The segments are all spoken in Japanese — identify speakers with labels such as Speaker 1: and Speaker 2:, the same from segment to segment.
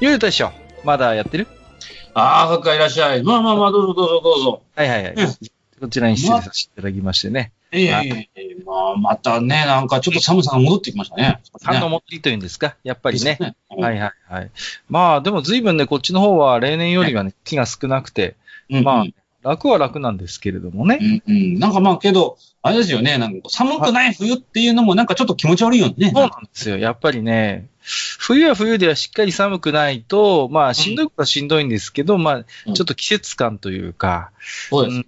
Speaker 1: ゆうとでしょまだやってる
Speaker 2: ああ、そっか、いらっしゃい。まあまあまあ、どうぞどうぞどうぞ。
Speaker 1: はいはいはい
Speaker 2: うん。
Speaker 1: こちらに失礼させていただきましてね。
Speaker 2: いえいえいえ、まあ、またね、なんかちょっと寒さが戻ってきましたね。
Speaker 1: 三の
Speaker 2: も
Speaker 1: 持りというんですかやっぱりね。
Speaker 2: ね。
Speaker 1: はいはいはい。まあでも随分ね、こっちの方は例年よりはね、木が少なくて、
Speaker 2: うん
Speaker 1: まあ
Speaker 2: うん
Speaker 1: 楽は楽なんですけれどもね
Speaker 2: う。んうん。なんかまあ、けど、あれですよね、なんか寒くない冬っていうのもなんかちょっと気持ち悪いよ
Speaker 1: そ
Speaker 2: ね。
Speaker 1: うなんですよ。やっぱりね、冬は冬ではしっかり寒くないと、まあしんどいことはしんどいんですけど、ま
Speaker 2: う
Speaker 1: あ
Speaker 2: ん
Speaker 1: ちょっと季節感というか、
Speaker 2: そうですね。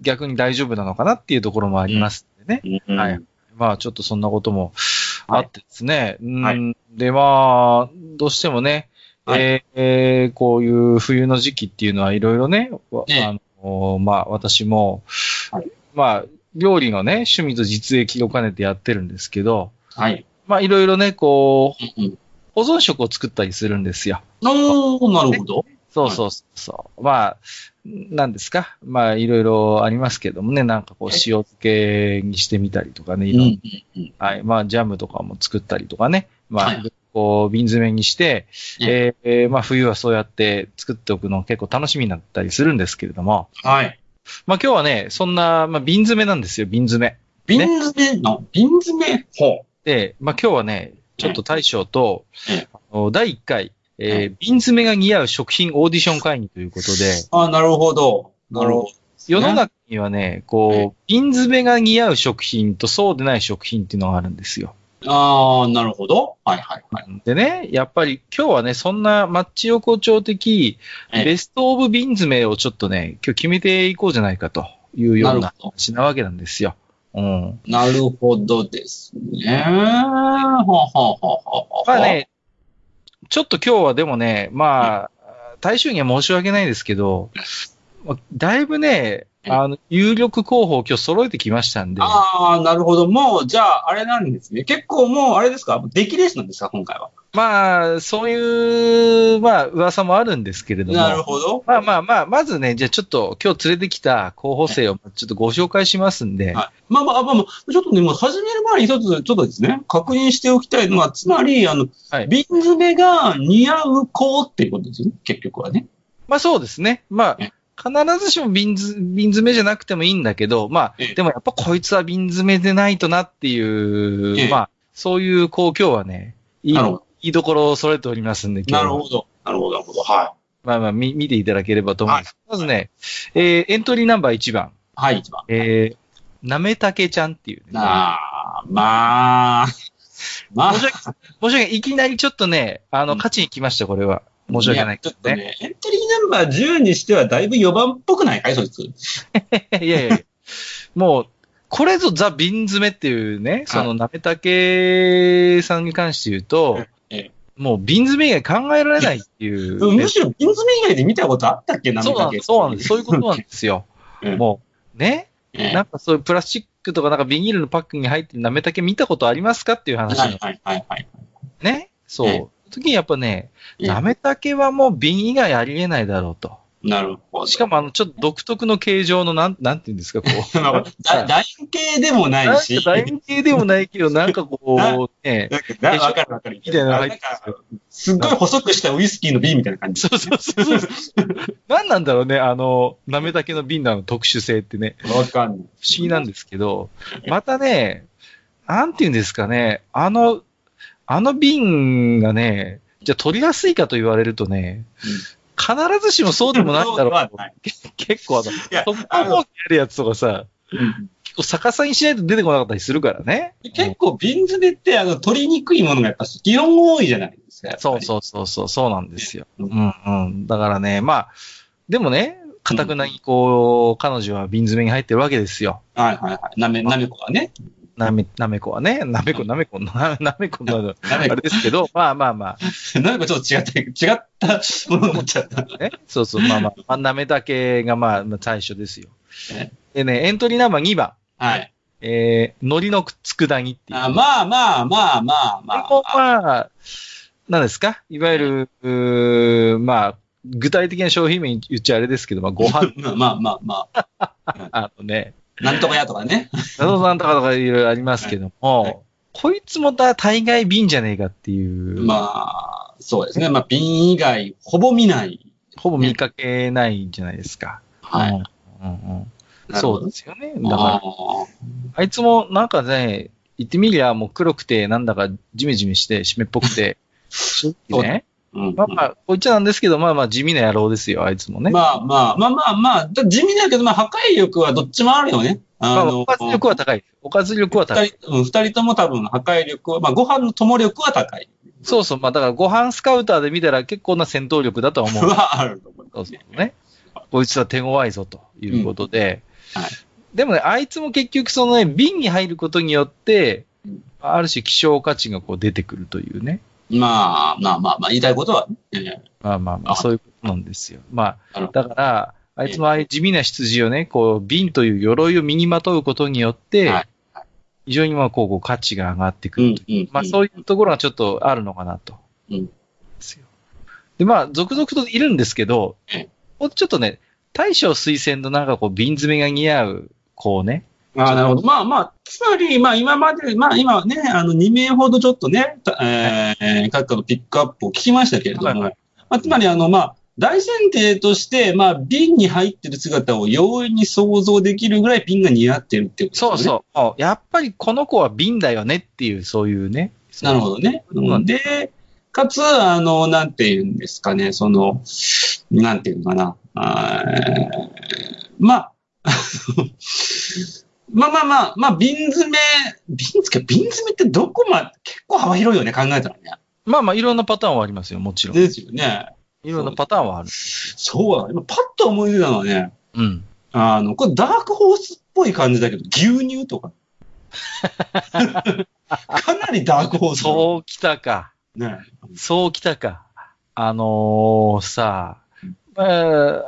Speaker 1: 逆に大丈夫なのかなっていうところもありますんでね。
Speaker 2: うん
Speaker 1: はい。まあちょっとそんなこともあってですね。うん
Speaker 2: はい
Speaker 1: でまあ、どうしてもね、
Speaker 2: はい
Speaker 1: えーえーこういう冬の時期っていうのはいろいろね、わ
Speaker 2: ええ
Speaker 1: あのまあ私も、
Speaker 2: はい
Speaker 1: まあ料理のね、趣味と実益を兼ねてやってるんですけど、
Speaker 2: はい。
Speaker 1: まあいろいろね、こう、
Speaker 2: うんうん
Speaker 1: 保存食を作ったりするんですよ。
Speaker 2: おー、なるほど。
Speaker 1: そうそうそう。まあ、なんですかまあいろいろありますけどもね、なんかこう塩漬けにしてみたりとかね、
Speaker 2: う
Speaker 1: い
Speaker 2: ん
Speaker 1: ろんな
Speaker 2: う
Speaker 1: ん
Speaker 2: うん。
Speaker 1: はい。まあ、ジャムとかも作ったりとかね。まあ、
Speaker 2: はい
Speaker 1: こう、瓶詰めにして、
Speaker 2: ね
Speaker 1: えーえーまあ、冬はそうやって作っておくの結構楽しみになったりするんですけれども、
Speaker 2: はい。
Speaker 1: まあ、今日はね、そんな、まあ、瓶詰めなんですよ、瓶詰め。
Speaker 2: 瓶詰めの、瓶詰めほ
Speaker 1: で、まあ、今日はね、ちょっと大将と
Speaker 2: ね、
Speaker 1: あの第1回、
Speaker 2: は
Speaker 1: えー瓶詰めが似合う食品オーディション会議ということで、
Speaker 2: う。ああ、なるほど。なるほど。
Speaker 1: 世の中にはね、
Speaker 2: ね
Speaker 1: こう、瓶詰めが似合う食品とそうでない食品っていうのがあるんですよ。
Speaker 2: ああ、なるほど。はいはいはい。
Speaker 1: でね、やっぱり今日はね、そんなマッチ横丁的
Speaker 2: ええ
Speaker 1: ベストオブ瓶詰めをちょっとね、今日決めていこうじゃないかというよう
Speaker 2: な
Speaker 1: な
Speaker 2: るほど
Speaker 1: 話なわけなんですよ。うん。
Speaker 2: なるほどですね。ほうほうほうほうほう。
Speaker 1: まあね、ちょっと今日はでもね、まあ、大衆には申し訳ないですけど、まあだいぶね、
Speaker 2: ええ
Speaker 1: あの、有力候補を今日揃えてきましたんで、
Speaker 2: ああ、なるほど。もう、じゃあ、あれなんですね。結構もう、あれですか出来レースなんですか今回は。
Speaker 1: まあ、そういう、まあ、噂もあるんですけれども。
Speaker 2: なるほど。
Speaker 1: まあまあまあ、まずね、じゃあちょっと今日連れてきた候補生をちょっとご紹介しますんで、
Speaker 2: はい。まあまあまあまあ、ちょっとね、もう始める前に一つ、ちょっとですね、確認しておきたいのは、つまり、あの、
Speaker 1: はい
Speaker 2: 瓶詰めが似合う子っていうことですよね。結局はね。
Speaker 1: まあそうですね。まあ
Speaker 2: え、
Speaker 1: 必ずしも瓶詰瓶詰めじゃなくてもいいんだけど、ま
Speaker 2: ええ
Speaker 1: あ、でもやっぱこいつは瓶詰めでないとなって
Speaker 2: え
Speaker 1: い
Speaker 2: え
Speaker 1: う、まあ、そういう、こう今日はね、いい、
Speaker 2: なる
Speaker 1: い
Speaker 2: ほ
Speaker 1: いところを揃えておりますんで、
Speaker 2: ど。な
Speaker 1: 今
Speaker 2: る
Speaker 1: 日
Speaker 2: ほ
Speaker 1: は。
Speaker 2: ど。なるほど、なるほど。は
Speaker 1: まあまあ、み見ていただければと思います。まずね、えーエントリーナンバー1番、
Speaker 2: い。はい、一番。
Speaker 1: えー、なめたけちゃんっていうね、
Speaker 2: ああ、まあ、まあ
Speaker 1: 申し、訳ない。申し訳ない。いきなりちょっとね、あの、
Speaker 2: うん
Speaker 1: 勝ちに来ました、これは。申し訳ない
Speaker 2: やちょっ
Speaker 1: ど
Speaker 2: と。ね、エントリーナンバー10にしてはだいぶ4番っぽくないかいそいつ。
Speaker 1: いやいやいや。もう、これぞザ・瓶詰めっていうね、その、なめたけさんに関して言うと、
Speaker 2: ええ
Speaker 1: もう瓶詰め以外考えられないっていう
Speaker 2: うん
Speaker 1: ね、
Speaker 2: むしろ瓶詰め以外で見たことあったっけな
Speaker 1: そうなんです。そうなんです。そういうことなんですよ。
Speaker 2: うん
Speaker 1: もう、ね、
Speaker 2: ええ
Speaker 1: なんかそういうプラスチックとかなんかビニールのパックに入ってるなめたけ見たことありますかっていう話
Speaker 2: は
Speaker 1: なん
Speaker 2: い
Speaker 1: です
Speaker 2: はいはいはい。
Speaker 1: ね。そう。
Speaker 2: ええ
Speaker 1: その時にやっぱね、
Speaker 2: ええ
Speaker 1: なめたけはもう瓶以外ありえないだろうと。
Speaker 2: なるほど。
Speaker 1: しかも、あの、ちょっと独特の形状の、なん、なんて言うんですか、こう。
Speaker 2: まあ、だ楕円形でもないし、
Speaker 1: 楕円形でもないけど、なんか こう、ね、
Speaker 2: なんかだわかるわかる。
Speaker 1: みたいなのが
Speaker 2: な
Speaker 1: 入
Speaker 2: ん
Speaker 1: って
Speaker 2: か、すっごい細くしたウイスキーの瓶みたいな感じ。
Speaker 1: そうそうそうそう。何 なんだろうね、あの、なめたけの瓶のあの特殊性ってね、
Speaker 2: わかん
Speaker 1: 不
Speaker 2: ない。
Speaker 1: 思議なんですけど、またね、なんて言うんですかね、あの、あの瓶がね、じゃあ取りやすいかと言われるとね、必ずしもそうでもないんだ
Speaker 2: そ
Speaker 1: ろ
Speaker 2: うは
Speaker 1: う。
Speaker 2: ない
Speaker 1: 結構あの、
Speaker 2: いや
Speaker 1: トップアやるやつとかさ、
Speaker 2: うん
Speaker 1: 結構逆さにしないと出てこなかったりするからね。
Speaker 2: 結構瓶詰めって、あの、取りにくいものがやっぱ、基本多いじゃないですか。
Speaker 1: そうそうそうそう、そうなんですよ。う
Speaker 2: う
Speaker 1: んんうん。だからね、まあ、でもね、かたくなにこう、彼女は瓶詰めに入ってるわけですよ。
Speaker 2: はいはいはい。なめ、なめこがね。
Speaker 1: なめ、なめこはね、なめこ、なめこ、 ななめこの、
Speaker 2: な
Speaker 1: あ
Speaker 2: めこ
Speaker 1: れですけど、まあまあまあ、
Speaker 2: なめこちょっと違った、違ったものになっちゃった。
Speaker 1: ね、そうそう、まあまあ、まあ、なめだけがまあ、まあ最初ですよ
Speaker 2: ね。
Speaker 1: でね、エントリーナンバー2番、
Speaker 2: はい。
Speaker 1: えー、海苔の佃煮っていう。
Speaker 2: あまあまあまあまあま
Speaker 1: ここ
Speaker 2: あ。
Speaker 1: は、何ですかいわゆる、うーまあ、具体的な商品名言っちゃあれですけど、まあ、ご 飯、
Speaker 2: まあまあまあまあ。
Speaker 1: あのね、
Speaker 2: なんとかやとかね。
Speaker 1: 謎さんとかとかいろいろありますけども、
Speaker 2: はいはい
Speaker 1: こいつもだ、大概瓶じゃねえかっていう、
Speaker 2: まあ、そうですね。まあ、瓶以外、ほぼ見ない。
Speaker 1: ほぼ見かけないじゃないですか。
Speaker 2: はい。
Speaker 1: うんうんうん、
Speaker 2: なるほ
Speaker 1: そう
Speaker 2: ど
Speaker 1: ですよね。だから、
Speaker 2: あ
Speaker 1: あいつもなんかね、言ってみりゃもう黒くて、なんだかジメジメして、湿っぽ くて、正直ね。
Speaker 2: ーうん
Speaker 1: まあまあ、こいつなんですけど、まあまあ地味な野郎ですよ、あいつもね。
Speaker 2: まあまあまあまあまあ、だ地味だけど、まあ破壊力はどっちもあるよね。
Speaker 1: ま
Speaker 2: あ
Speaker 1: あ、おかず力は高いです。おかず力は高
Speaker 2: 二
Speaker 1: い。
Speaker 2: 人、うん、二人とも多分破壊力は、まあご飯の友力は高い。
Speaker 1: そうそう。まあ、だから、ご飯スカウターで見たら結構な戦闘力だとは思う。
Speaker 2: はあると思い
Speaker 1: そう
Speaker 2: ます
Speaker 1: そ
Speaker 2: ね。
Speaker 1: うね。こいつは手強いぞ、ということで。
Speaker 2: うんはい
Speaker 1: でもね、あいつも結局そのね、瓶に入ることによって
Speaker 2: うん、
Speaker 1: ある種希少価値がこう出てくるというね。
Speaker 2: まあまあまあまあ、言いたいことは、ね、
Speaker 1: まあまあまあ、
Speaker 2: あ
Speaker 1: そういうことなんですよ。ま
Speaker 2: な
Speaker 1: あ
Speaker 2: るほ、
Speaker 1: だから、あいつもああいう地味な羊をね、こう、瓶という鎧を身にまとうことによって
Speaker 2: はい、
Speaker 1: 非常にまあ、こうこう、価値が上がってく
Speaker 2: う
Speaker 1: る
Speaker 2: んうん。
Speaker 1: まあそうういうところがちょっとあるのかなと。
Speaker 2: うん
Speaker 1: ですよ。で、まあ続々といるんですけど
Speaker 2: ええ、
Speaker 1: もうちょっとね、大将推薦のなんかこう瓶詰めが似合う子をね、
Speaker 2: ん。ああ、なるほど。まあまあ、つまり、まあ今まで、まあ今はね、あの2名ほどちょっとね、たえー、各家のピックアップを聞きましたけれども、
Speaker 1: はいは
Speaker 2: まあ、つまりあの、まあ、大前提として、まあ、瓶に入ってる姿を容易に想像できるぐらい瓶が似合ってるっていうこと
Speaker 1: そう
Speaker 2: ですね。
Speaker 1: そう、もうやっぱりこの子は瓶だよねっていう、そういうね。
Speaker 2: なるほどね。
Speaker 1: そうなん
Speaker 2: で、かつ、あの、なんていうんですかね、その、なんていうのかな。あーま あ、まあまあまあ、まあ、瓶詰め、瓶詰め、瓶詰めってどこま、結構幅広いよね、考えたらね。
Speaker 1: まあまあいろんなパターンはありますよ、もちろん。
Speaker 2: ですよね。
Speaker 1: いろんなパターンはある。
Speaker 2: そうだ、今パッと思い出たのはね、
Speaker 1: うん。
Speaker 2: あの、これダークホースっぽい感じだけど、牛 乳とか。かなりダークホースだ
Speaker 1: そうきたか。
Speaker 2: ね。
Speaker 1: そうきたか。あのー、さ
Speaker 2: うん、
Speaker 1: まあ、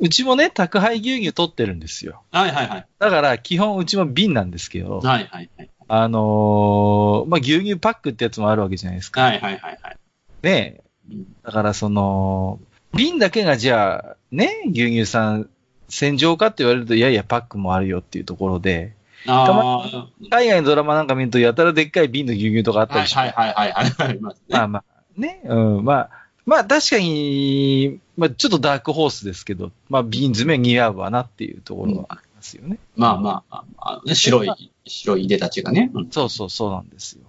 Speaker 1: うちもね、宅配牛乳取ってるんですよ。
Speaker 2: はいはいはい。
Speaker 1: だから、基本うちも瓶なんですけど、
Speaker 2: はいはいはい。
Speaker 1: あのーまあ、牛乳パックってやつもあるわけじゃないですか。
Speaker 2: はいはいはいはい。
Speaker 1: ね
Speaker 2: うん
Speaker 1: だから、その、瓶だけがじゃあ、ね、牛乳さん、戦場かって言われると、いやいや、パックもあるよっていうところで、
Speaker 2: あ
Speaker 1: 海外のドラマなんか見ると、やたらでっかい瓶の牛乳とかあっ
Speaker 2: あ、
Speaker 1: た
Speaker 2: は
Speaker 1: り
Speaker 2: い
Speaker 1: し
Speaker 2: はいはいはいはい。ありますね。
Speaker 1: まあまあ、ね、うん、まあ、まあ確かに、まあちょっとダークホースですけど、まあ瓶詰め似合うわなっていうところはありますよね。
Speaker 2: まあまあまあまあね、白い、白い出たちがね。うん
Speaker 1: そうそうそうなんですよ。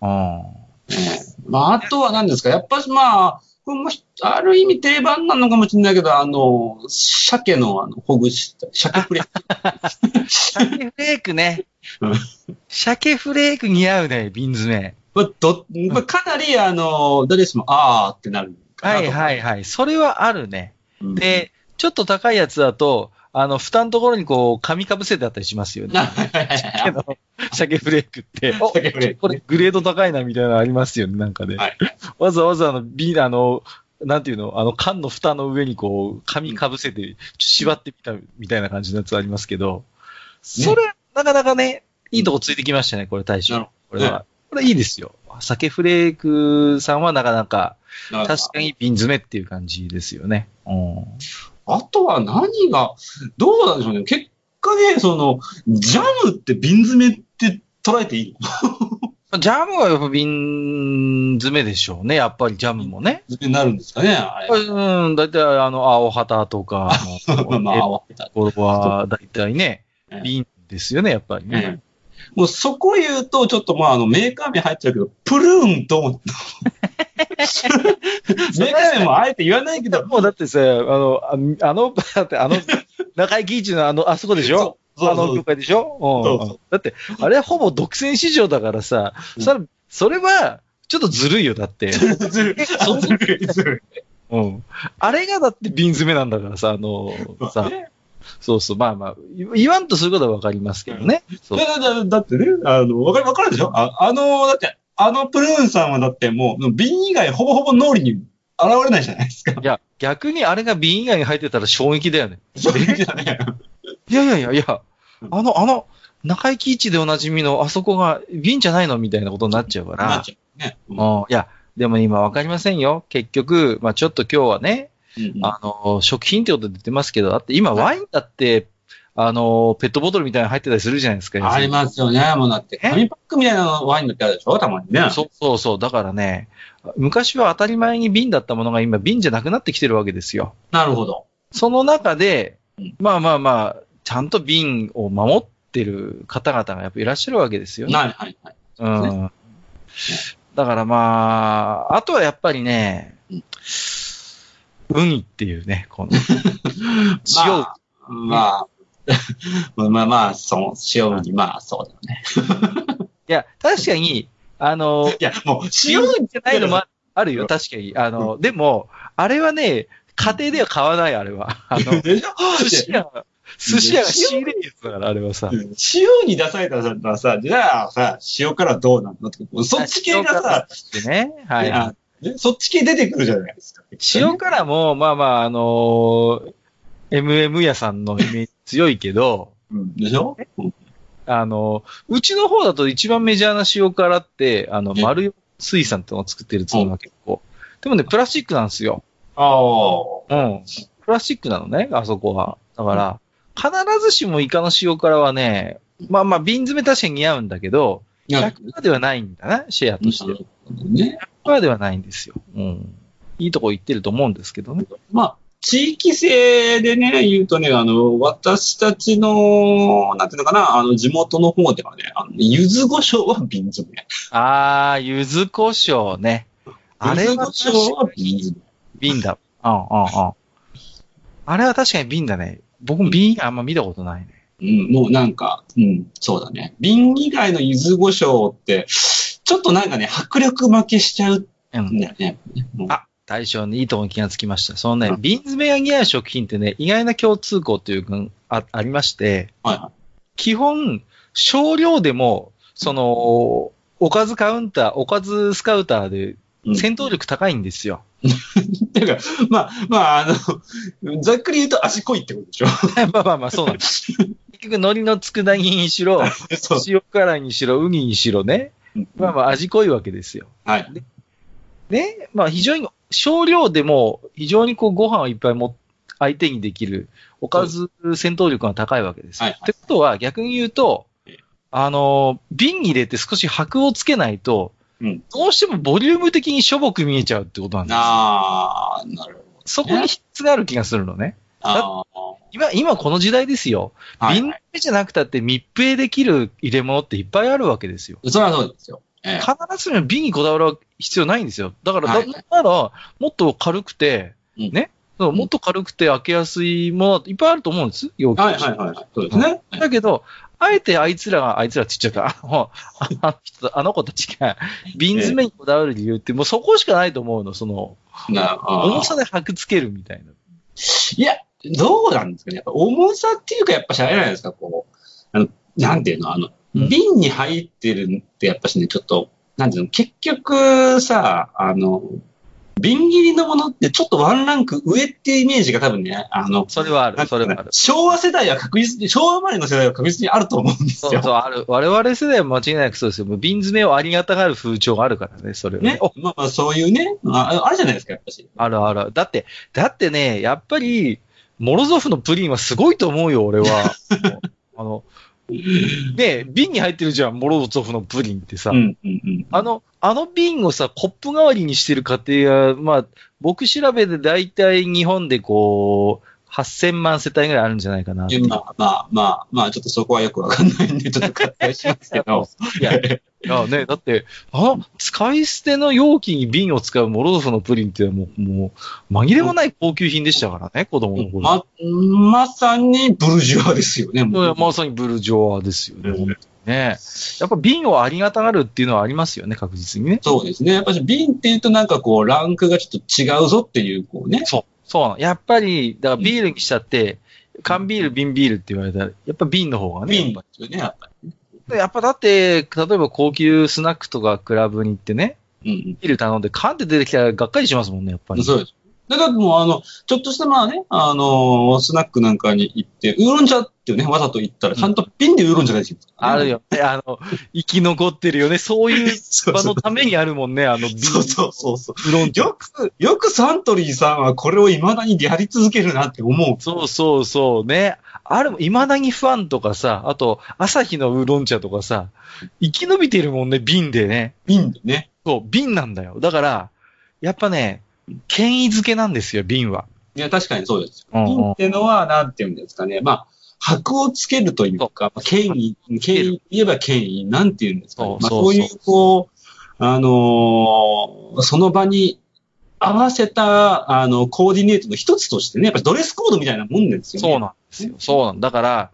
Speaker 1: うん。
Speaker 2: ええまあ、あとは何ですかやっぱしまあ、これもひある意味定番なのかもしれないけど、あの、鮭のあのほぐした、鮭フレーク。
Speaker 1: 鮭フレークね
Speaker 2: うん。
Speaker 1: 鮭フレーク似合うね、瓶詰め。
Speaker 2: まあ、ど、まあ、かなりあの、誰しも、あーってなるかな
Speaker 1: は
Speaker 2: と
Speaker 1: いはいはい。それはあるね。
Speaker 2: うん
Speaker 1: で、ちょっと高いやつだと、あの、蓋のところにこう、紙かぶせてあったりしますよね。
Speaker 2: なはいはいはい
Speaker 1: け
Speaker 2: は
Speaker 1: ど鮭フレークって。お
Speaker 2: 鮭フレークね
Speaker 1: これグレード高いなみたいなのありますよね、なんかね。
Speaker 2: いはい。
Speaker 1: わざわざあの、ビール、あの、なんていうの、あの、缶の蓋の上にこう、紙かぶせて、ちょっと縛ってみたみたいな感じのやつありますけど、それ、なかなかね、いいとこついてきましたね、これ、大
Speaker 2: な
Speaker 1: 将
Speaker 2: る。
Speaker 1: これは。これいいですよ。酒フレークさんはなかなか、
Speaker 2: だから
Speaker 1: 確かに瓶詰めっていう感じですよね。うん。
Speaker 2: あとは何が、どうなんでしょうね。結果ね、その、ジャムって瓶詰めって捉えていいの
Speaker 1: ジャムはやっぱ瓶詰めでしょうね、やっぱりジャムもね。
Speaker 2: 詰めになるんですかね、あれ。
Speaker 1: うん、だいたいあの、青旗とか、
Speaker 2: まあまあ、
Speaker 1: あの、
Speaker 2: 合わせた。
Speaker 1: これは、だいたいね
Speaker 2: ええ、
Speaker 1: 瓶ですよね、やっぱりね。
Speaker 2: ええもうそこ言うと、ちょっとまあ、あの、メーカー名入っちゃうけど、プルーンと思った メーカー名もあえて言わないけど、
Speaker 1: もうだってさ、あの、ああの、 だってあの、中井貴一のあの、あそこでしょ
Speaker 2: そ う
Speaker 1: あ
Speaker 2: そ
Speaker 1: の
Speaker 2: うそ
Speaker 1: 業
Speaker 2: う
Speaker 1: 界でしょ
Speaker 2: そううんそ
Speaker 1: だって、あれはほぼ独占市場だからさ、
Speaker 2: う ん
Speaker 1: それそれは、ちょっとずるいよ、だって。
Speaker 2: ずるい。ずるいずるい
Speaker 1: うん。あれがだって瓶詰めなんだからさ、あの、さ、
Speaker 2: ね
Speaker 1: そうそう、まあまあ、い言わんとすることはわかりますけどね。そう
Speaker 2: だだだだってね、あの、わかる、わかるでしょああの、だって、あのプルーンさんはだってもう、瓶以外ほぼほぼ脳裏に現れないじゃないですか。
Speaker 1: いや、逆にあれが瓶以外に入ってたら衝撃だよね。
Speaker 2: そういう意味じゃね
Speaker 1: いやいやいやいや、あの、あの、中井貴一でおなじみのあそこが瓶じゃないのみたいなことになっちゃうか
Speaker 2: な
Speaker 1: ら
Speaker 2: っ。ちゃうね。うん
Speaker 1: うん、いや、でも今わかりませんよ。結局、まあちょっと今日はね、
Speaker 2: うん
Speaker 1: あの、食品ってことで出てますけど、だって今ワインだって、あの、ペットボトルみたいなの入ってたりするじゃないですか。
Speaker 2: ありますよね。もうだって、
Speaker 1: え
Speaker 2: 紙パックみたいなワインだってあるでしょたまにね。
Speaker 1: そうそうそう。だからね、昔は当たり前に瓶だったものが今瓶じゃなくなってきてるわけですよ。
Speaker 2: なるほど。
Speaker 1: その中で
Speaker 2: うん、
Speaker 1: まあまあまあ、ちゃんと瓶を守ってる方々がやっぱいらっしゃるわけですよね。
Speaker 2: はいはいはい。
Speaker 1: うん。だからまあ、あとはやっぱりね
Speaker 2: うん、
Speaker 1: ウニっていうね、この、 塩ウニ
Speaker 2: まあ、 まあ、まあまあ、その、塩に、まあ、そうだよね。
Speaker 1: いや、確かに、あの、
Speaker 2: いや、もう、
Speaker 1: 塩
Speaker 2: 塩、
Speaker 1: じゃないのもああるよ、確かに。あの、でも、あれはね、家庭では買わない、あれは。あの、
Speaker 2: でしょ
Speaker 1: 寿司屋が、寿司屋が仕入れるやつだから、あれはさ。
Speaker 2: 塩に出されたらさ、じゃあさ、塩からどうなんのって、そっち系がさ、
Speaker 1: でね、はいい。
Speaker 2: やねそっち系出てくるじゃないですか。
Speaker 1: 塩辛も、まあまあ、あのー MM 屋さんのイメージ強いけど、
Speaker 2: うんでしょうん
Speaker 1: あのーうちの方だと一番メジャーな塩辛って、あの、
Speaker 2: え
Speaker 1: 丸よ水産ってのを作ってるつもりが結構。でもね、プラスチックなんですよ。
Speaker 2: あ
Speaker 1: うん。プラスチックなのね、あそこは。だから、必ずしもイカの塩辛はね、まあまあ、瓶詰め確かに似合うんだけど、
Speaker 2: あ。
Speaker 1: 100%ではないんだな、シェアとして。
Speaker 2: ね。
Speaker 1: 100%ではないんですよ。うん。いいとこ行ってると思うんですけどね。
Speaker 2: まあ、地域性でね、言うとね、あの、私たちの、なんていうのかな、あの、地元の方ではね、あの、柚子胡椒は瓶詰め。
Speaker 1: あー、柚子胡椒ね。あれ
Speaker 2: 柚
Speaker 1: は
Speaker 2: 子胡椒は瓶詰め。
Speaker 1: 瓶だ。うんうんうん。あれは確かに瓶だね。僕も瓶あんま見たことないね。
Speaker 2: うん、もうなんか、うん、そうだね。瓶以外の柚子胡椒って、ちょっとなんかね、迫力負けしちゃう
Speaker 1: うん
Speaker 2: ん。だよね。もう
Speaker 1: あ大将にいいとこに気がつきました。そのね
Speaker 2: う、ん
Speaker 1: 瓶詰めが似合う食品ってね、意外な共通項というか、あありまして、
Speaker 2: はいは
Speaker 1: 基本、少量でも、その、おかずカウンター、おかずスカウターで
Speaker 2: い。うん
Speaker 1: 戦闘力高いんですよ。
Speaker 2: っていうか、まあ、まあ、あの、ざっくり言うと味濃いってことで しょ
Speaker 1: まあまあまあ、そうなんです。結局、海苔の佃煮にしろ、
Speaker 2: そう。
Speaker 1: 塩辛にしろ、ウニにしろね、まあまあ味濃いわけですよ。
Speaker 2: はい。
Speaker 1: ね、まあ非常に少量でも非常にこうご飯をいっぱいも相手にできるおかず戦闘力が高いわけですよ。
Speaker 2: はいはい
Speaker 1: ってことは逆に言うと
Speaker 2: ええ、
Speaker 1: あの、瓶に入れて少し箔をつけないと、
Speaker 2: うん
Speaker 1: どうしてもボリューム的にしょぼく見えちゃうってことなんで
Speaker 2: ああ、なるほど。
Speaker 1: す。そこに質がある気がするのね。
Speaker 2: あ
Speaker 1: 今、今この時代ですよ。
Speaker 2: あ、はい
Speaker 1: 瓶詰めじゃなくたって密閉できる入れ物っていっぱいあるわけですよ。
Speaker 2: それはそうですよ。ええ
Speaker 1: 必ずしも瓶にこだわる必要ないんですよ。だから、
Speaker 2: はい
Speaker 1: だなら、もっと軽くて、
Speaker 2: うん
Speaker 1: ね、そうもっと軽くて開けやすいものだといっぱいあると思うんです、容器と
Speaker 2: はい
Speaker 1: して
Speaker 2: はいはいはい。そうですね。
Speaker 1: だけど、あえてあいつらが、あいつらって言っちゃった、あの、ああの人あの子たちが、瓶詰めにこだわる理由って、もうそこしかないと思うの、その、
Speaker 2: なあー
Speaker 1: 重さで箔つけるみたいな。
Speaker 2: いや、どうなんですかね。やっぱ重さっていうか、やっぱしあれじゃないですか、こう。あのなんていうの、あの、
Speaker 1: うん
Speaker 2: 瓶に入ってるって、やっぱしね、ちょっと、なんていうの、結局さ、あの、瓶切りのものってちょっとワンランク上ってイメージが多分ね、あの、
Speaker 1: それはある、
Speaker 2: なんてい
Speaker 1: そうれ
Speaker 2: の
Speaker 1: は
Speaker 2: か
Speaker 1: あ
Speaker 2: な
Speaker 1: る。
Speaker 2: 昭和世代は確実に、昭和生まれの世代は確実にあると思うんです
Speaker 1: そ
Speaker 2: よ。
Speaker 1: うそう、ある。我々世代は間違いなくそうですよ。もう瓶詰めをありがたがる風潮があるからね、それはね
Speaker 2: ね。まあまあ、そういうね、ああるじゃないですか、やっぱし。
Speaker 1: あるある。だって、だってね、やっぱり、モロゾフのプリンはすごいと思うよ、俺 は。あの、ねえ瓶に入ってるじゃん、モロゾフのプリンってさ。
Speaker 2: うんうんうん。
Speaker 1: あの、あの瓶をさ、コップ代わりにしてる家庭は、まあ、僕調べで大体日本でこう、8000万世帯ぐらいあるんじゃないかな。
Speaker 2: いやまあまあまあ、まあ、ちょっとそこはよくわかんないんで、ちょっと割 愛しますけど。
Speaker 1: いや、いやね、だって、あの、使い捨ての容器に瓶を使うモロゾフのプリンってもう、もう、紛れもない高級品でしたからね、子供の頃。
Speaker 2: ま、まさにブルジュアですよね、も
Speaker 1: ま
Speaker 2: う。
Speaker 1: まさにブルジョワですよね。
Speaker 2: うん
Speaker 1: ね。やっぱ瓶をありがたがるっていうのはありますよね、確実にね。
Speaker 2: そうですね。やっぱり瓶っていうとなんかこう、ランクがちょっと違うぞっていう、こうね。
Speaker 1: そうなの。やっぱり、だからビールにしちゃって、缶ビール、瓶ビールって言われたら、やっぱ瓶の方がね。
Speaker 2: 瓶ですよね、やっぱ
Speaker 1: やっぱだって、例えば高級スナックとかクラブに行ってね、
Speaker 2: り。
Speaker 1: ビール頼んで缶って出てきたらがっかりしますもんね、やっぱ
Speaker 2: う
Speaker 1: り。
Speaker 2: ん。そうです。だからもうあの、ちょっとしたまあね、あのースナックなんかに行って、ウーロン茶っていうね、わざと言ったら、ちゃんと瓶でウーロン茶が出てきますから
Speaker 1: あ
Speaker 2: ね
Speaker 1: る。よね。あの、生き残ってるよね。そういう
Speaker 2: そう
Speaker 1: 場
Speaker 2: そ
Speaker 1: の
Speaker 2: う
Speaker 1: ためにあるもんね、あの瓶。
Speaker 2: そうそうそうそう。
Speaker 1: フロント。
Speaker 2: よく、よくサントリーさんはこれを未だにやり続けるなって思う。
Speaker 1: そうそうそうね。あれも、未だにファンとかさ、あと、朝日のウーロン茶とかさ、生き延びてるもんね、瓶でね。
Speaker 2: 瓶でね。
Speaker 1: そう、瓶なんだよ。だから、やっぱね、権威づけなんですよ、瓶は。
Speaker 2: いや、確かにそうです。
Speaker 1: うんうん
Speaker 2: 瓶ってのは、なんていうんですかね。まあ、箔をつけるというか、まあ権威、権威、言えば権威、なんていうんですかね。ま
Speaker 1: そ
Speaker 2: あ、そう
Speaker 1: そう
Speaker 2: うい
Speaker 1: そう
Speaker 2: う、こう、あのーその場に合わせた、あの、コーディネートの一つとしてね、やっぱドレスコードみたいなもんですよね。
Speaker 1: そうなんですよ。そうなんだから、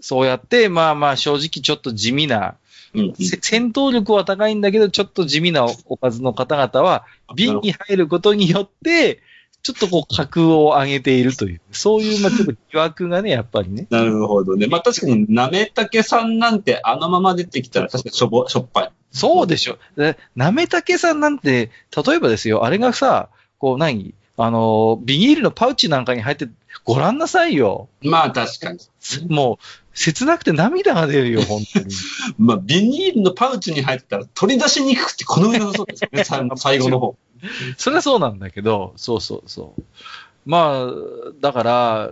Speaker 1: そうやって、まあまあ正直ちょっと地味な、
Speaker 2: うんうん。
Speaker 1: せ戦闘力は高いんだけど、ちょっと地味なおおかずの方々は、瓶に入ることによって、ちょっとこう、格を上げているという、そういう、まあ、ちょっと疑惑がね、やっぱりね。
Speaker 2: なるほどね。まあ確かに、なめたけさんなんてあのまま出てきたら確かにしょぼ、しょっぱい。
Speaker 1: そうでしょ。でなめたけさんなんて、例えばですよ、あれがさ、こう何、あの、ビニールのパウチなんかに入って、ご覧なさいよ。
Speaker 2: まあ確かに。
Speaker 1: もう、切なくて涙が出るよ、本当に。
Speaker 2: まあビニールのパウチに入ってたら取り出しにくくてこの上のそうですよね。さ最後の方。
Speaker 1: それはそうなんだけど、そうそうそう。まあ、だから、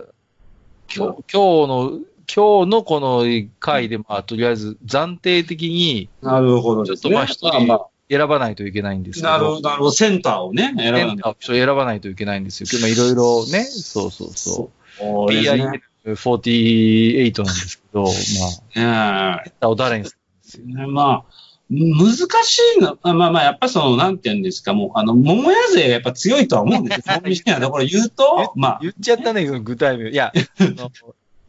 Speaker 1: 今日、今日の、今日のこの回で、まあ、とりあえず暫定的に
Speaker 2: なるほどです
Speaker 1: ちょっ
Speaker 2: ね。
Speaker 1: とまあ一人
Speaker 2: まあ
Speaker 1: 選ばないといけないんですけど。
Speaker 2: なるほど、なるほど。センターをね、選
Speaker 1: 選
Speaker 2: ぶ
Speaker 1: ばない選ばないといけないんですよ。今いろいろね、そうそうそう。
Speaker 2: そうですね。
Speaker 1: BIL48 なんですけど、まあ、セ
Speaker 2: ね
Speaker 1: ンターを誰にす
Speaker 2: えまあ、難しいの。あまあまあ、やっぱその、なんて言うんですか、もう、あの、桃屋勢がやっぱ強いとは思う んですよ。本人は。だから言うと、まあ、
Speaker 1: 言っちゃったね、その具体名。いや、あの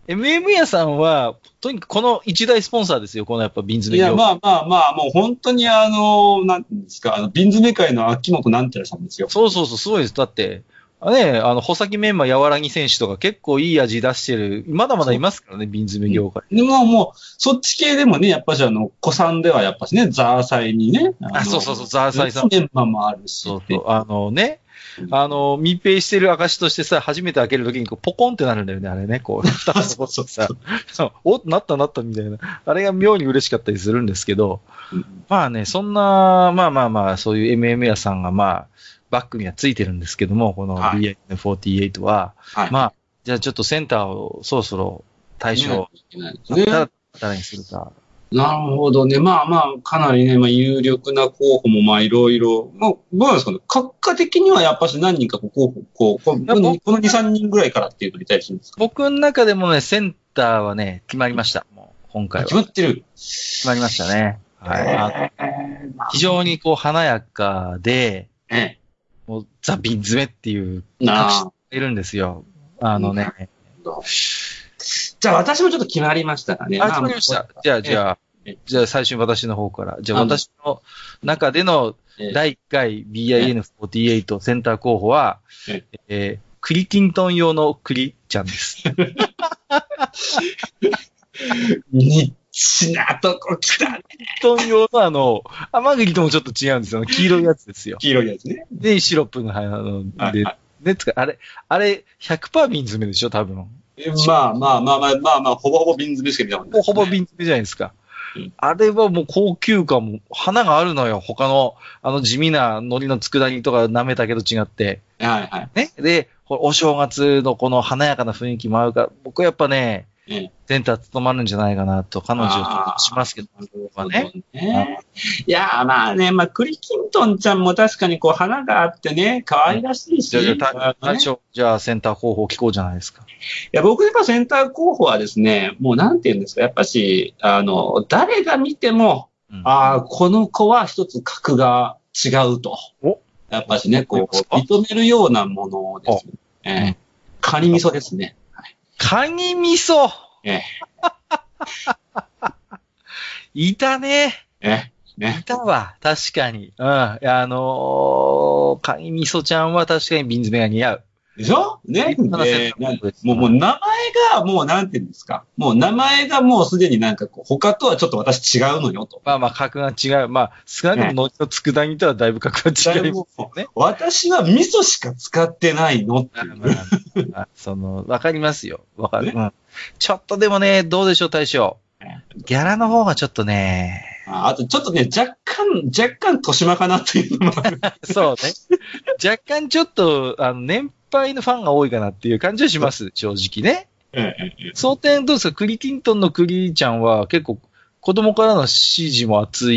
Speaker 1: MM 屋さんは、とにかくこの一大スポンサーですよ、このやっぱ瓶詰
Speaker 2: い
Speaker 1: め業
Speaker 2: や、
Speaker 1: 界
Speaker 2: まあまあまあ、もう本当にあの、なんていうんですか、あの、瓶詰め界の秋元なんてらさんですよ。
Speaker 1: そうそうそう、すごいです。だって、ね、あの、穂先メンマ柔らぎ選手とか結構いい味出してる、まだまだいますからね、瓶詰め業界。
Speaker 2: でももう、そっち系でもね、やっぱしあの、子さんではやっぱしね、ザーサイにね。の
Speaker 1: あ、そうそうそう、ザーサイさん。
Speaker 2: メンバーもあるし。
Speaker 1: そうそう、あのね
Speaker 2: う、ん
Speaker 1: あの、密閉してる証としてさ、初めて開けるときにこうポコンってなるんだよね、あれね、こ う、蓋が
Speaker 2: そ
Speaker 1: ポ
Speaker 2: う
Speaker 1: コ
Speaker 2: そ
Speaker 1: ン
Speaker 2: う
Speaker 1: って
Speaker 2: そ
Speaker 1: さ
Speaker 2: う。
Speaker 1: そうお、なったなったみたいな。あれが妙に嬉しかったりするんですけど、
Speaker 2: うん
Speaker 1: まあね、そんな、まあまあまあ、そういう MM 屋さんがまあ、バックにはついてるんですけども、この
Speaker 2: は
Speaker 1: BIN48 は、
Speaker 2: はい。
Speaker 1: まあ、じゃあちょっとセンターをそろそろ対象、
Speaker 2: ね
Speaker 1: 誰誰にするか。
Speaker 2: なるほどね。まあまあ、かなりね、まあ、有力な候補も、まあ、いろいろ。まあ、どうなんですかね。閣下的には、やっぱし何人かこう候補、こう、こうこ
Speaker 1: いや
Speaker 2: の
Speaker 1: 僕
Speaker 2: この2、3人ぐらいからっていうのに対してですか
Speaker 1: 僕の中でもね、センターはね、決まりました。もう今回は
Speaker 2: 決。まってる。
Speaker 1: 決まりましたね。はい。あ
Speaker 2: えーまあ
Speaker 1: 非常にこう華やかで、
Speaker 2: え
Speaker 1: もうザ・瓶詰めっていう、
Speaker 2: えなあ。
Speaker 1: いるんですよ。あのね。
Speaker 2: じゃあ私もちょっと決まりましたかね。
Speaker 1: あ、決まりました。じゃあ、じゃあ
Speaker 2: ええ、
Speaker 1: じゃあ最初に私の方から。じゃあ
Speaker 2: あ
Speaker 1: 私の中での
Speaker 2: ええ
Speaker 1: 第1回 BIN48 センター候補は
Speaker 2: え、
Speaker 1: えークリキントン用のクリちゃんです。
Speaker 2: ニッチなとこ来たね。
Speaker 1: クリキントン用のあの、甘栗ともちょっと違うんですよ。黄色いやつですよ。
Speaker 2: 黄色いやつね。
Speaker 1: で、シロップが入るの
Speaker 2: はい
Speaker 1: で
Speaker 2: は、
Speaker 1: ね、つか、あれ、あれ、100%瓶詰めでしょ、多分。
Speaker 2: えまあまあまあまあまあまあ、ほぼほぼ瓶詰めしか見たことな
Speaker 1: ほ
Speaker 2: い。
Speaker 1: ぼほぼ瓶詰めじゃないですか
Speaker 2: うん。
Speaker 1: あれはもう高級感も、花があるのよ。他の、あの地味な海苔の佃煮とか舐めたけど違って。
Speaker 2: はいはい。
Speaker 1: ね。で、ほお正月のこの華やかな雰囲気も合うから、僕はやっぱね、
Speaker 2: ええ
Speaker 1: センター務まるんじゃないかなと、彼女はしますけど。
Speaker 2: なるほどね。いやーまあね、まあ、クリキントンちゃんも確かにこう、花があってね、可愛らしいし。
Speaker 1: じゃあ、じゃあ
Speaker 2: あ
Speaker 1: た
Speaker 2: のね
Speaker 1: 大将、じゃあセンター候補聞こうじゃないですか。
Speaker 2: いや、僕やっぱセンター候補はですね、もうなんて言うんですか、やっぱし、あの、誰が見ても、
Speaker 1: うん
Speaker 2: ああ、この子は一つ格が違うと。
Speaker 1: お
Speaker 2: やっぱしね、こう、認めるようなものです、ね。え
Speaker 1: う
Speaker 2: えカニ味噌ですね。
Speaker 1: カニ味噌
Speaker 2: ええ
Speaker 1: いたね。
Speaker 2: ね。
Speaker 1: いたわ。確かに。うん。いやあのー、カニみそちゃんは確かに瓶詰めが似合う。
Speaker 2: でしょね。
Speaker 1: 立派なセ
Speaker 2: で
Speaker 1: ットアップです
Speaker 2: もう、もう名前が、もうなんていうんですか。もう名前がもうすでになんかこう、他とはちょっと私違うのよと。
Speaker 1: まあまあ、格が違う。まあ、少なくとも、後の佃煮とはだいぶ格が違いますよね。
Speaker 2: 私は味噌しか使ってないのってい
Speaker 1: ま
Speaker 2: う。
Speaker 1: あまあその、わかりますよ。わかる、うん。ちょっとでもね、どうでしょう、大将。ギャラの方がちょっとね、
Speaker 2: ああとちょっとね、若干、若干豊島かなっていうのもある。
Speaker 1: そうね。 若干ちょっと、あの、年配のファンが多いかなっていう感じはします、正直ね。
Speaker 2: ええ
Speaker 1: 争点どうですかクリキントンのクリちゃんは結構、子供からの支持も熱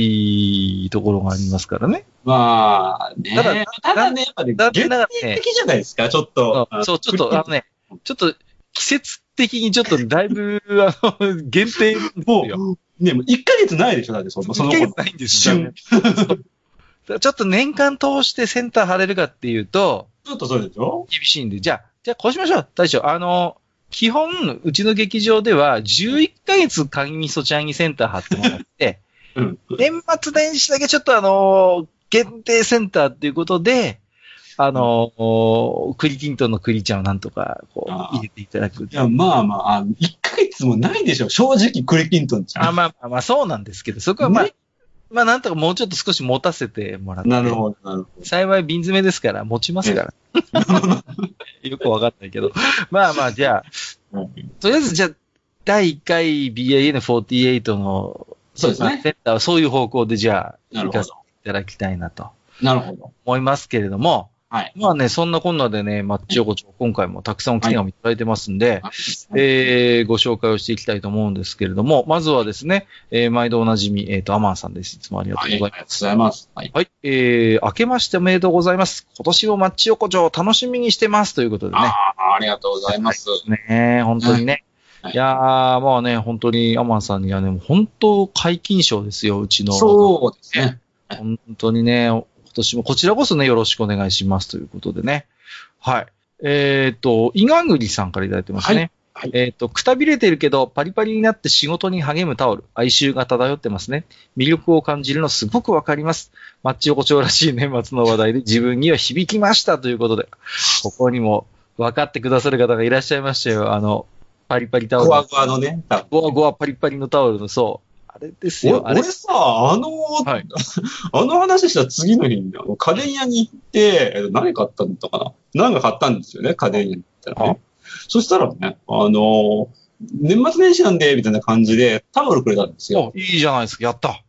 Speaker 1: いところがありますからね。
Speaker 2: まあ、ね。
Speaker 1: た
Speaker 2: た
Speaker 1: だ
Speaker 2: だ、ただね、やっぱり、
Speaker 1: だって
Speaker 2: 限
Speaker 1: なん
Speaker 2: 定
Speaker 1: かね
Speaker 2: 的じゃないですか、ちょっと。あの
Speaker 1: そう、ちょっと、あのね、ちょっと、季節的にちょっとだいぶ、あの、限定なんですよ。
Speaker 2: もう、ね、もう1ヶ月ないでしょ、だってその、そ の
Speaker 1: いけ
Speaker 2: 子。
Speaker 1: ないんですよね。そうちょっと年間通してセンター張れるかっていうと、
Speaker 2: ちょっとそうでしょ
Speaker 1: 厳しいんで、じゃあ、じゃあこうしましょう、大将。あの、基本、うちの劇場では、11ヶ月、カニ味噌ちゃんにセンター張ってもらって、
Speaker 2: うん。
Speaker 1: 年末年始だけちょっとあの、限定センターっていうことで、あの、栗キントンの栗ちゃんをなんとか、こう、
Speaker 2: あー
Speaker 1: 入れていただく
Speaker 2: い。や、まあまあ、あの1ヶ月もないでしょ、正直、クリキントンちゃん。
Speaker 1: あまあまあまあ、そうなんですけど、そこはまあ、
Speaker 2: ね
Speaker 1: まあなんとかもうちょっと少し持たせてもらって。
Speaker 2: なるほど、なるほど。
Speaker 1: 幸い瓶詰めですから、持ちます から。よくわかんないけど。まあまあ、じゃあ、とりあえずじゃあ、第1回 BAN48 の、
Speaker 2: そうですね
Speaker 1: センターはそういう方向でじゃあ、
Speaker 2: なる
Speaker 1: 行
Speaker 2: ほ
Speaker 1: か
Speaker 2: ど
Speaker 1: せて。いただきたいなと
Speaker 2: なるほど。
Speaker 1: 思いますけれども、
Speaker 2: はい。
Speaker 1: まあね、そんなこんなでね、マッチ横丁、今回もたくさんお手紙いただいてますんで、えー、ご紹介をしていきたいと思うんですけれども、まずはですね、えー、毎度おなじみ、えっ、と、アマンさんです。いつもありがと
Speaker 2: は
Speaker 1: う
Speaker 2: い、あ
Speaker 1: ござい
Speaker 2: り
Speaker 1: ま
Speaker 2: が
Speaker 1: す
Speaker 2: とうございます。はい。
Speaker 1: はい、えー、明けましておめでとうございます。今年もマッチ横丁楽しみにしてますということで
Speaker 2: あ
Speaker 1: ね。
Speaker 2: あ、ありがとうございます。
Speaker 1: ね本当にね。
Speaker 2: はい
Speaker 1: いやー、もうね、本当にアマンさんにはね、もう本当解禁賞ですよ、うちの。
Speaker 2: そうですね。
Speaker 1: 本当にね、今年もこちらこそね、よろしくお願いしますということでね。はい。えっ、と、伊賀栗さんからいただいてますね。
Speaker 2: はいは
Speaker 1: えっ、と、くたびれてるけど、パリパリになって仕事に励むタオル。哀愁が漂ってますね。魅力を感じるのすごくわかります。マッチ横丁らしい年末の話題で自分には響きましたということで、ここにも分かってくださる方がいらっしゃいましたよ。あの、パリパリタオル。
Speaker 2: ゴワゴワのね、多分
Speaker 1: ゴワゴワパリパリのタオルの、そう。あれです
Speaker 2: 俺
Speaker 1: よ。あれ
Speaker 2: 俺さ、あの、
Speaker 1: はい
Speaker 2: あの話した次の日に、あの家電屋に行って、えっと何買ったんだったかな何か買ったんですよね、家電屋に行ったらね。そしたらね、あの、年末年始なんで、みたいな感じでタオルくれたんです
Speaker 1: お
Speaker 2: よ。
Speaker 1: いいじゃないですか。やった。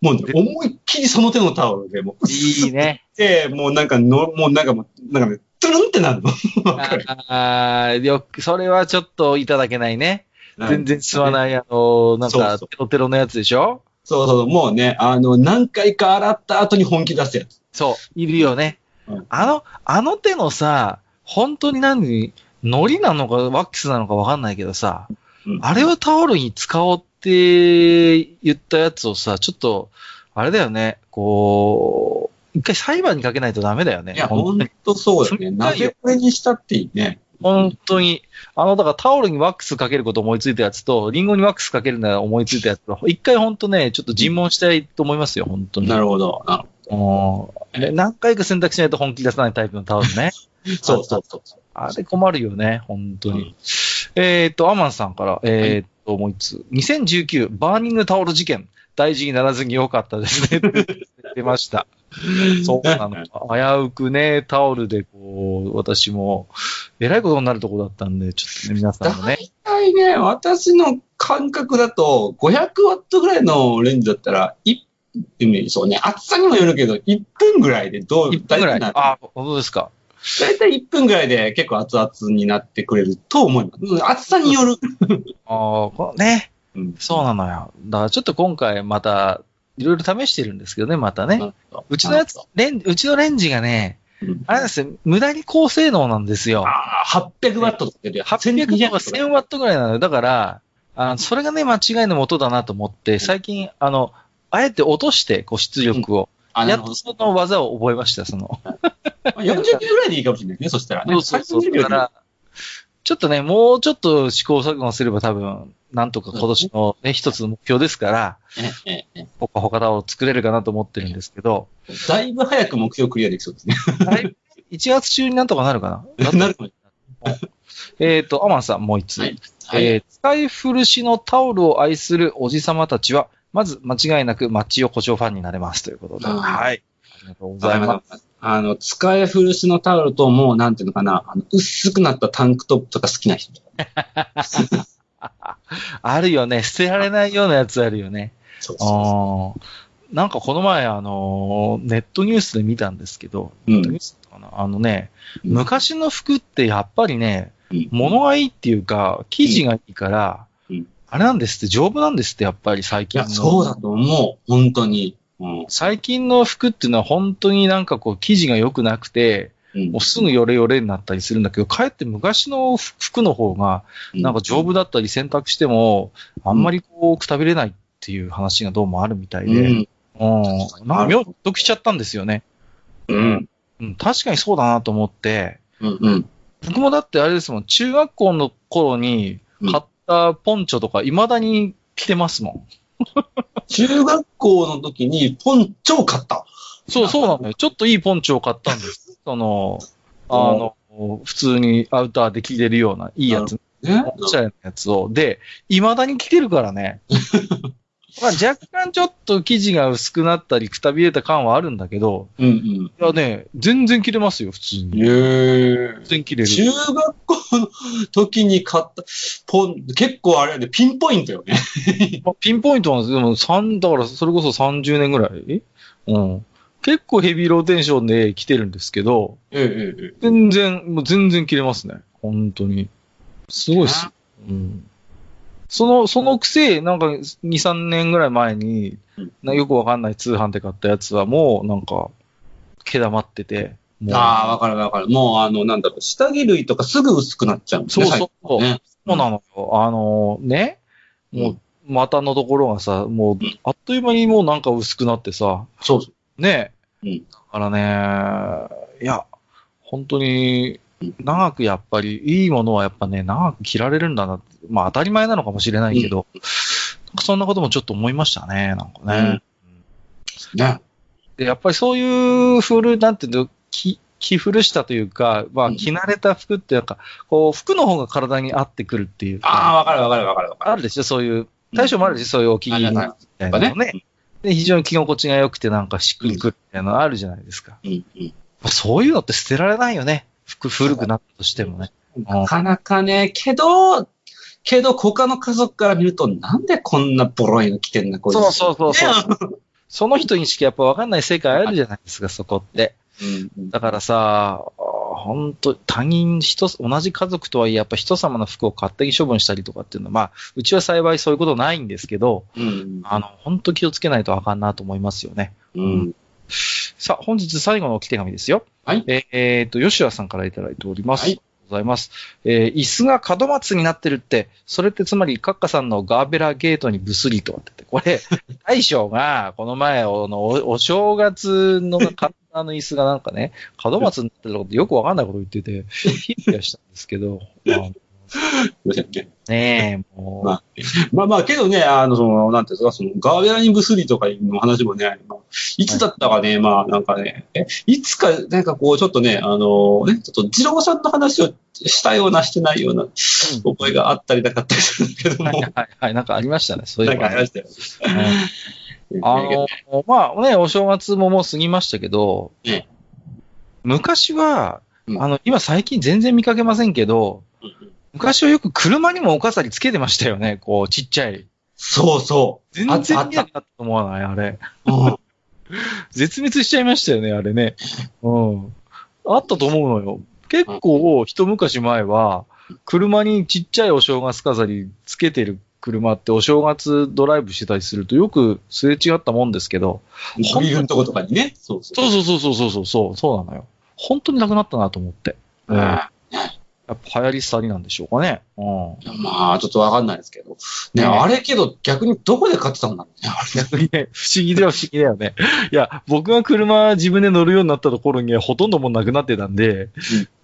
Speaker 2: もうね、思いっきりその手のタオルで、もう、
Speaker 1: いいね。
Speaker 2: で、もうなんかの、もうなんかもう、なんかね、トゥルンってなるの。 わかる
Speaker 1: ああ、よく、それはちょっといただけないね。全然吸わない、あの、なん
Speaker 2: そう
Speaker 1: か、
Speaker 2: そう
Speaker 1: テロテロのやつでしょ
Speaker 2: そうそう、もうね、あの、何回か洗った後に本気出すやつ。
Speaker 1: そう、いるよね
Speaker 2: うん。
Speaker 1: あの、あの手のさ、本当に何、糊なのかワックスなのかわかんないけどさ
Speaker 2: うん、
Speaker 1: あれをタオルに使おうって言ったやつをさ、ちょっと、あれだよね、こう、一回裁判にかけないとダメだよね。
Speaker 2: いや、ほ
Speaker 1: 本
Speaker 2: ん
Speaker 1: 当に。
Speaker 2: とそうだよね。
Speaker 1: それがいいよ
Speaker 2: 鍋これにしたっていいね。
Speaker 1: 本当に。あの、だからタオルにワックスかけること思いついたやつと、リンゴにワックスかけるなら思いついたやつと、一回本当ね、ちょっと尋問したいと思いますよ、本当に。
Speaker 2: なるほど。なるほ
Speaker 1: うんね何回か選択しないと本気出さないタイプのタオルね。
Speaker 2: どそうそうそうそう。
Speaker 1: あれ困るよね、本当に。
Speaker 2: うん
Speaker 1: えーっと、アマンさんから、えーっと、もう一つ。2019、バーニングタオル事件。大事にならずに良かったですね。出ました。そうなのか。危うくね、タオルでこう、私も、えらいことになるとこだったんで、ちょっとね、皆さんもね。
Speaker 2: 大体ね、私の感覚だと、500ワットぐらいのレンジだったら、一うんそうね、厚さにもよるけど、1分ぐらいでどう、
Speaker 1: 1分ぐらい。
Speaker 2: 大体な
Speaker 1: あ、本当ですか。
Speaker 2: 大体1分ぐらいで結構熱々になってくれると思いますうん。厚さによる。
Speaker 1: ああ、こね。
Speaker 2: うん
Speaker 1: そうなのよ。だからちょっと今回また、いろいろ試してるんですけどね、またね。うちのやつ、レン、うちのレンジがね、
Speaker 2: うん
Speaker 1: あれなんですよ、無駄に高性能なんですよ。
Speaker 2: ああ、800ワットとか出るやつ
Speaker 1: 800とか
Speaker 2: 1200
Speaker 1: 1000ワットぐらいなのよ。だから、あのそれがね、間違いの元だなと思って、最近、あの、あえて落として、こう、出力を。
Speaker 2: あな
Speaker 1: や
Speaker 2: る
Speaker 1: っ
Speaker 2: ほ
Speaker 1: と
Speaker 2: ど
Speaker 1: その技を覚えました、その。
Speaker 2: まあ40秒ぐらいでいいかもしれないね、そしたらね。
Speaker 1: そうそうそう。
Speaker 2: 30
Speaker 1: だ
Speaker 2: 秒で
Speaker 1: から、ちょっとね、もうちょっと試行錯誤すれば多分、なんとか今年のね、一つの目標ですから、
Speaker 2: ええええ
Speaker 1: ほかほかだを作れるかなと思ってるんですけど、
Speaker 2: だいぶ早く目標クリアできそうですね。
Speaker 1: 1月中になんとかなるかな
Speaker 2: なるほど
Speaker 1: えっと、アマンさん、もう一つ。
Speaker 2: はいはい
Speaker 1: えー使い古しのタオルを愛するおじさまたちは、まず間違いなくマッチ横丁ファンになれますということで。
Speaker 2: うん
Speaker 1: はい。ありがとうございます。
Speaker 2: あの、使い古しのタオルと、もう、なんていうのかな、あの薄くなったタンクトップとか好きな人。
Speaker 1: あるよね。捨てられないようなやつあるよね。
Speaker 2: そうそ
Speaker 1: あーなんかこの前、あのー、ネットニュースで見たんですけど、
Speaker 2: う。う
Speaker 1: ネットニュ
Speaker 2: ん
Speaker 1: ー。スだったかなあのね、
Speaker 2: うん
Speaker 1: 昔の服ってやっぱりね、
Speaker 2: うん
Speaker 1: 物がいいっていうか、生地がいいから、
Speaker 2: うん
Speaker 1: あれなんですって、丈夫なんですって、やっぱり最
Speaker 2: い
Speaker 1: 近
Speaker 2: や、
Speaker 1: の。
Speaker 2: そうだと思う。本当に。うん。
Speaker 1: 最近の服っていうのは本当になんかこう生地が良くなくて、
Speaker 2: うん
Speaker 1: もうすぐヨレヨレになったりするんだけど、かえって昔の服の方が、なんか丈夫だったり洗濯しても、あんまりこうくたびれないっていう話がどうもあるみたいで、
Speaker 2: う
Speaker 1: うん
Speaker 2: ん。
Speaker 1: なんか妙に納得しちゃったんですよね。
Speaker 2: うん。
Speaker 1: うん、確かにそうだなと思って、
Speaker 2: うん。うん。
Speaker 1: 僕もだってあれですもん、中学校の頃に買ったポンチョとか未だに着てますもん。
Speaker 2: 中学校の時に、ポンチョを買った。
Speaker 1: そう、そうなのよ。ちょっといいポンチョを買ったんです。その、あの、普通にアウターで着れるような、いいやつ、
Speaker 2: ね。
Speaker 1: おしゃれなやつを。で、未だに着てるから ね。まあ若干ちょっと生地が薄くなったり、くたびれた感はあるんだけど、
Speaker 2: うんうん。
Speaker 1: いやね、全然着れますよ、普通に。
Speaker 2: え
Speaker 1: 全然着れる。
Speaker 2: 中学校の時に買った、ポン、結構あれやで、ピンポイントよね。
Speaker 1: まあピンポイントなんですでも三だからそれこそ30年ぐらいうん。結構ヘビーローテーションで着てるんですけど、
Speaker 2: ええええ。
Speaker 1: 全然、もう全然着れますね。本当に。すごいっす。うん。その、そのくせ、なんか、2、3年ぐらい前に
Speaker 2: うん、
Speaker 1: なよくわかんない通販で買ったやつは、もう、なんか、毛玉ってて、もう
Speaker 2: ああ、わかるわかる。もう、あの、なんだろう、下着類とかすぐ薄くなっちゃうんです
Speaker 1: そう
Speaker 2: ね。
Speaker 1: そうそう、
Speaker 2: ね
Speaker 1: そうなのよ。あのね、もう、股のところがさ、もう
Speaker 2: うん、
Speaker 1: あっという間にもうなんか薄くなってさ、
Speaker 2: そうそう。
Speaker 1: ねえ。
Speaker 2: うん
Speaker 1: だからね、いや、本当に
Speaker 2: うん、
Speaker 1: 長くやっぱり、いいものはやっぱね、長く着られるんだなって。まあ当たり前なのかもしれないけど、なんかそんなこともちょっと思いましたね、なんかね。
Speaker 2: ね。
Speaker 1: で、やっぱりそういう古、なんていうの、着、着古したというか、ま
Speaker 2: う
Speaker 1: あ
Speaker 2: ん
Speaker 1: 着慣れた服っていうか、こう、服の方が体に合ってくるっていうか。
Speaker 2: ああ、わかるわかるわかるわかる。
Speaker 1: あるでしょ、そういう。大将もあるでしょ、そういうお気に入りみたいなの
Speaker 2: あるある
Speaker 1: ね。で、非常に着心地が良くてなんかしっくりくるみたいなのあるじゃないですか。
Speaker 2: うんうん。
Speaker 1: そういうのって捨てられないよね。服古くなったとしてもね。
Speaker 2: なかなかね、けど、けど、他の家族から見ると、なんでこんなボロいの着てんな、こいつ。
Speaker 1: そうそうそうそう。その人にしかやっぱ分かんない世界あるじゃないですか、そこって。
Speaker 2: うんうん。
Speaker 1: だからさ、本当他人、人、同じ家族とはいえ、やっぱ人様の服を勝手に処分したりとかっていうのは、まあ、うちは幸いそういうことないんですけど、
Speaker 2: うん。
Speaker 1: あの、本当気をつけないとあかんなと思いますよね。
Speaker 2: うん。
Speaker 1: さあ、本日最後の置き手紙ですよ。
Speaker 2: はい
Speaker 1: えっ、えーと、吉田さんからいただいております。
Speaker 2: はい
Speaker 1: ありがとうございます。えー椅子が門松になってるって、それってつまり、カッカさんのガーベラゲートにブスリと当てて、こ れ、大将が、この前、おのおお正月の簡単の椅子がなんかね、門松になってることよくわかんないこと言ってて、ヒヤヒヤしたんですけ ど、まあ
Speaker 2: どうしたっけ
Speaker 1: ねえ、もう、
Speaker 2: まあまあまあ、けどね、あの、その、なんていうんですか、その、ガーベラにブスリとかの話もね、まあいつだったかね、まあ、なんかね、え、いつか、なんかこう、ちょっとね、あの、ね、ちょっと、二郎さんの話をしたような、してないような、覚えがあったりなかったりするんだけども、
Speaker 1: はいはいはい、なんかありましたね、そうい
Speaker 2: な
Speaker 1: うん
Speaker 2: か
Speaker 1: の
Speaker 2: ありましたよ。
Speaker 1: ねあのまあね、お正月ももう過ぎましたけど、
Speaker 2: え
Speaker 1: 昔は、
Speaker 2: うん
Speaker 1: あの、今最近全然見かけませんけど、
Speaker 2: うん
Speaker 1: 昔はよく車にもお飾りつけてましたよね、こう、ちっちゃい。
Speaker 2: そうそう。
Speaker 1: 全
Speaker 2: あ
Speaker 1: 然
Speaker 2: ったあっ
Speaker 1: 嫌
Speaker 2: た
Speaker 1: だ。と思わない、あれ。
Speaker 2: うん
Speaker 1: 絶滅しちゃいましたよね、あれね。うん。あったと思うのよ。結構、一昔前は、車にちっちゃいお正月飾りつけてる車ってお正月ドライブしてたりするとよくすれ違ったもんですけど、
Speaker 2: ホビールのとことかにね。そうそう。
Speaker 1: そうそうそうそうそうそう、そうなのよ。本当になくなったなと思って。
Speaker 2: うん
Speaker 1: やっぱ流行り廃りなんでしょうかね。うん。
Speaker 2: まあ、ちょっとわかんないですけど。
Speaker 1: ね
Speaker 2: ね、あれけど逆にどこで買ってたんだろうね。
Speaker 1: 逆にね、不思議だよ、不思議だよね。いや、僕が車自分で乗るようになったところにはほとんどもうなくなってたんで、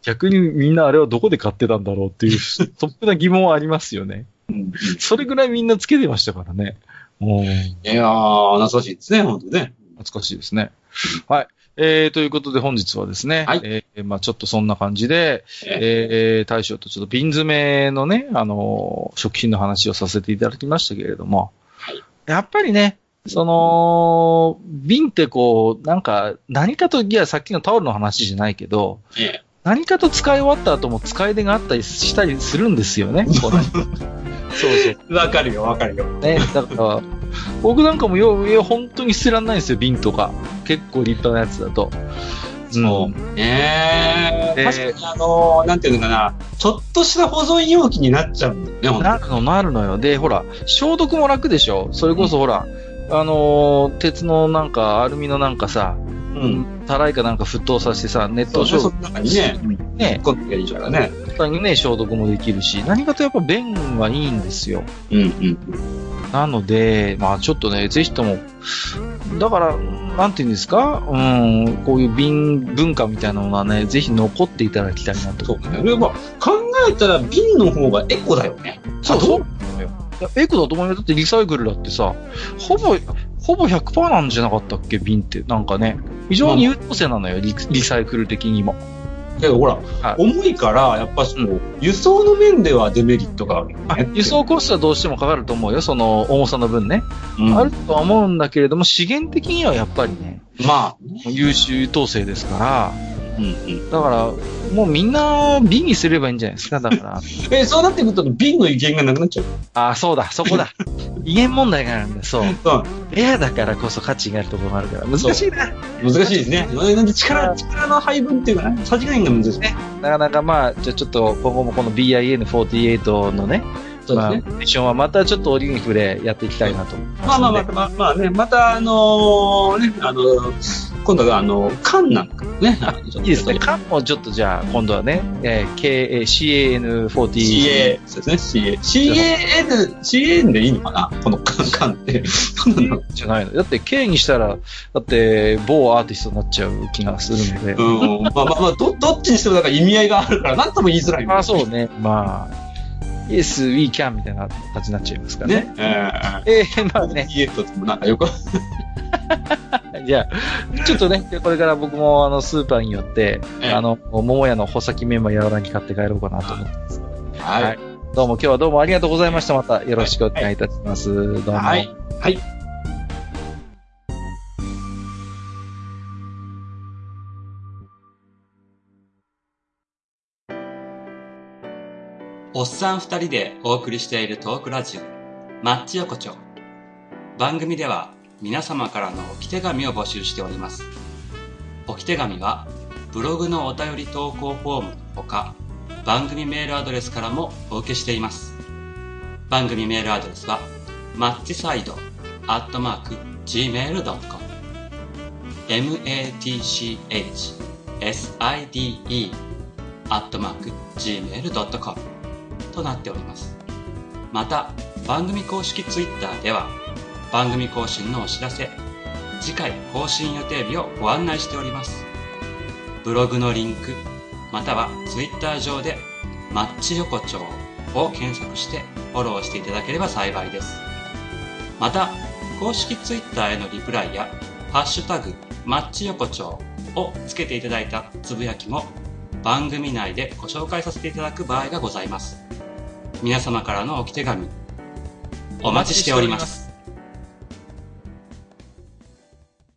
Speaker 1: 逆にみんなあれはどこで買ってたんだろう っていう、素朴な疑問はありますよね。
Speaker 2: うん
Speaker 1: それぐらいみんなつけてましたからね。うん。
Speaker 2: いやー、懐かしいですね、本当ね。
Speaker 1: 懐かしいですね。はい。えー、ということで本日はですね、
Speaker 2: はい
Speaker 1: えーまあちょっとそんな感じで、えー、大将とちょっと瓶詰めのね、あのー食品の話をさせていただきましたけれども、やっぱりね、その、瓶ってこう、なんか、何かと、いや、さっきのタオルの話じゃないけど、
Speaker 2: ええ
Speaker 1: 何かと使い終わった後も使い出があったりしたりするんですよね、こう
Speaker 3: そうそう。
Speaker 2: わかるよ、わかるよ。
Speaker 1: ね、だから、僕なんかもよう、本当に捨てらんないんですよ、瓶とか。結構立派なやつだと。
Speaker 2: そう。ねえ
Speaker 1: ええ
Speaker 2: 確かにあのーなんていうのかな、ちょっとした保存容器になっちゃうんだよね、
Speaker 1: う
Speaker 2: ほ
Speaker 1: ん
Speaker 2: んと
Speaker 1: なるの、なるのよ。で、ほら、消毒も楽でしょそれこそほら、あのー鉄のなんか、アルミのなんかさ、
Speaker 2: うん。
Speaker 1: たらいかなんか沸騰させてさ、熱
Speaker 2: そ
Speaker 1: 湯
Speaker 2: う、
Speaker 1: 消
Speaker 2: そ
Speaker 1: 毒
Speaker 2: の中にね、
Speaker 1: ね、
Speaker 2: こんでいいからね。
Speaker 1: 簡単にね、消毒もできるし、何かとやっぱ便はいいんですよ。
Speaker 2: うんうん。
Speaker 1: なので、まあちょっとね、ぜひとも、だから、なんていうんですか、うん、こういう瓶文化みたいなものはね、ぜひ残っていただきたいなと。
Speaker 2: そうね。でもまあ考えたら瓶の方がエコだよね。
Speaker 1: そう
Speaker 2: あ
Speaker 1: そう。いやエコだと思います。だってリサイクルだってさ、ほぼ、ほぼ100%なんじゃなかったっけ瓶って。なんかね。非常に優等生なのよ、リリサイクル的にも。
Speaker 2: けどほら、
Speaker 1: い
Speaker 2: 重いから、やっぱしこう、輸送の面ではデメリットがあるよ
Speaker 1: あ
Speaker 2: ね。
Speaker 1: 輸送コストはどうしてもかかると思うよ、その重さの分ね。
Speaker 2: うん
Speaker 1: あるとは思うんだけれども、資源的にはやっぱりね、
Speaker 2: まあ、ね、
Speaker 1: 優秀優等生ですから、
Speaker 2: うんうん。
Speaker 1: だから、もうみんな瓶にすればいいんじゃないですか、だ から。
Speaker 2: え、そうなってくると瓶の威厳がなくなっちゃう。
Speaker 1: あ、そうだ、そこだ。威厳問題があるんだ、そう。
Speaker 2: うん。
Speaker 1: レアだからこそ価値があるところもあるから、難しいな。
Speaker 2: 難しいですね。なんで力、力の配分っていうかね、さじ加減が難しい。
Speaker 1: なかなかまあ、じゃあちょっと今後もこの BIN48 のね、
Speaker 2: そうですね。
Speaker 1: まあ、ミッションはまたちょっと折に触れやっていきたいなと思い
Speaker 2: まあまあま
Speaker 1: ま
Speaker 2: あ、
Speaker 1: すので。
Speaker 2: まあまあね、またあのーね、あのー今度はあのー、缶なんかもね、あのちょっと
Speaker 1: いいですね。缶もちょっとじゃあ今度はね、えー K- えー CAN48。
Speaker 2: CA、そうですね、CA。CAN、CAN でいいのかなこの缶、缶って。そうなんだろ
Speaker 1: じゃないの。だって K にしたら、だって某アーティストになっちゃう気がするので。
Speaker 2: う。うん。まあまあまあ、ど、どっちにしてもなんか意味合いがあるから、なんとも言いづらい。
Speaker 1: まあそうね。まあ、Yes, we can みたいな感じになっちゃいますからね。
Speaker 2: ね。え
Speaker 1: えー、 まあ
Speaker 2: え
Speaker 1: ね、
Speaker 2: CA ともなんかよく、
Speaker 1: じゃあ、ちょっとね、これから僕もあのスーパーによって、
Speaker 2: ええ
Speaker 1: あの、桃屋の穂先メンマ柔らかに買って帰ろうかなと思ってます。
Speaker 2: は
Speaker 1: はいい。どうも今日はどうもありがとうございました。またよろしくお願いいたします。どうも。
Speaker 2: はい。はい。
Speaker 4: おっさん二人でお送りしているトークラジオ、マッチ横丁。番組では皆様からの置き手紙を募集しております。置き手紙は、ブログのお便り投稿フォームのほか、番組メールアドレスからもお受けしています。番組メールアドレスは、マッチサイド、アットマーク、gmail.com。m-a-t-c-h-s-i-d-e、アットマーク、gmail.com。となっておりますまた番組公式 Twitter では番組更新のお知らせ次回更新予定日をご案内しておりますブログのリンクまたは Twitter 上で「マッチ横丁」を検索してフォローしていただければ幸いですまた公式 Twitter へのリプライや「ハッシュタグマッチ横丁」をつけていただいたつぶやきも番組内でご紹介させていただく場合がございます皆様からのお手紙お待ちしております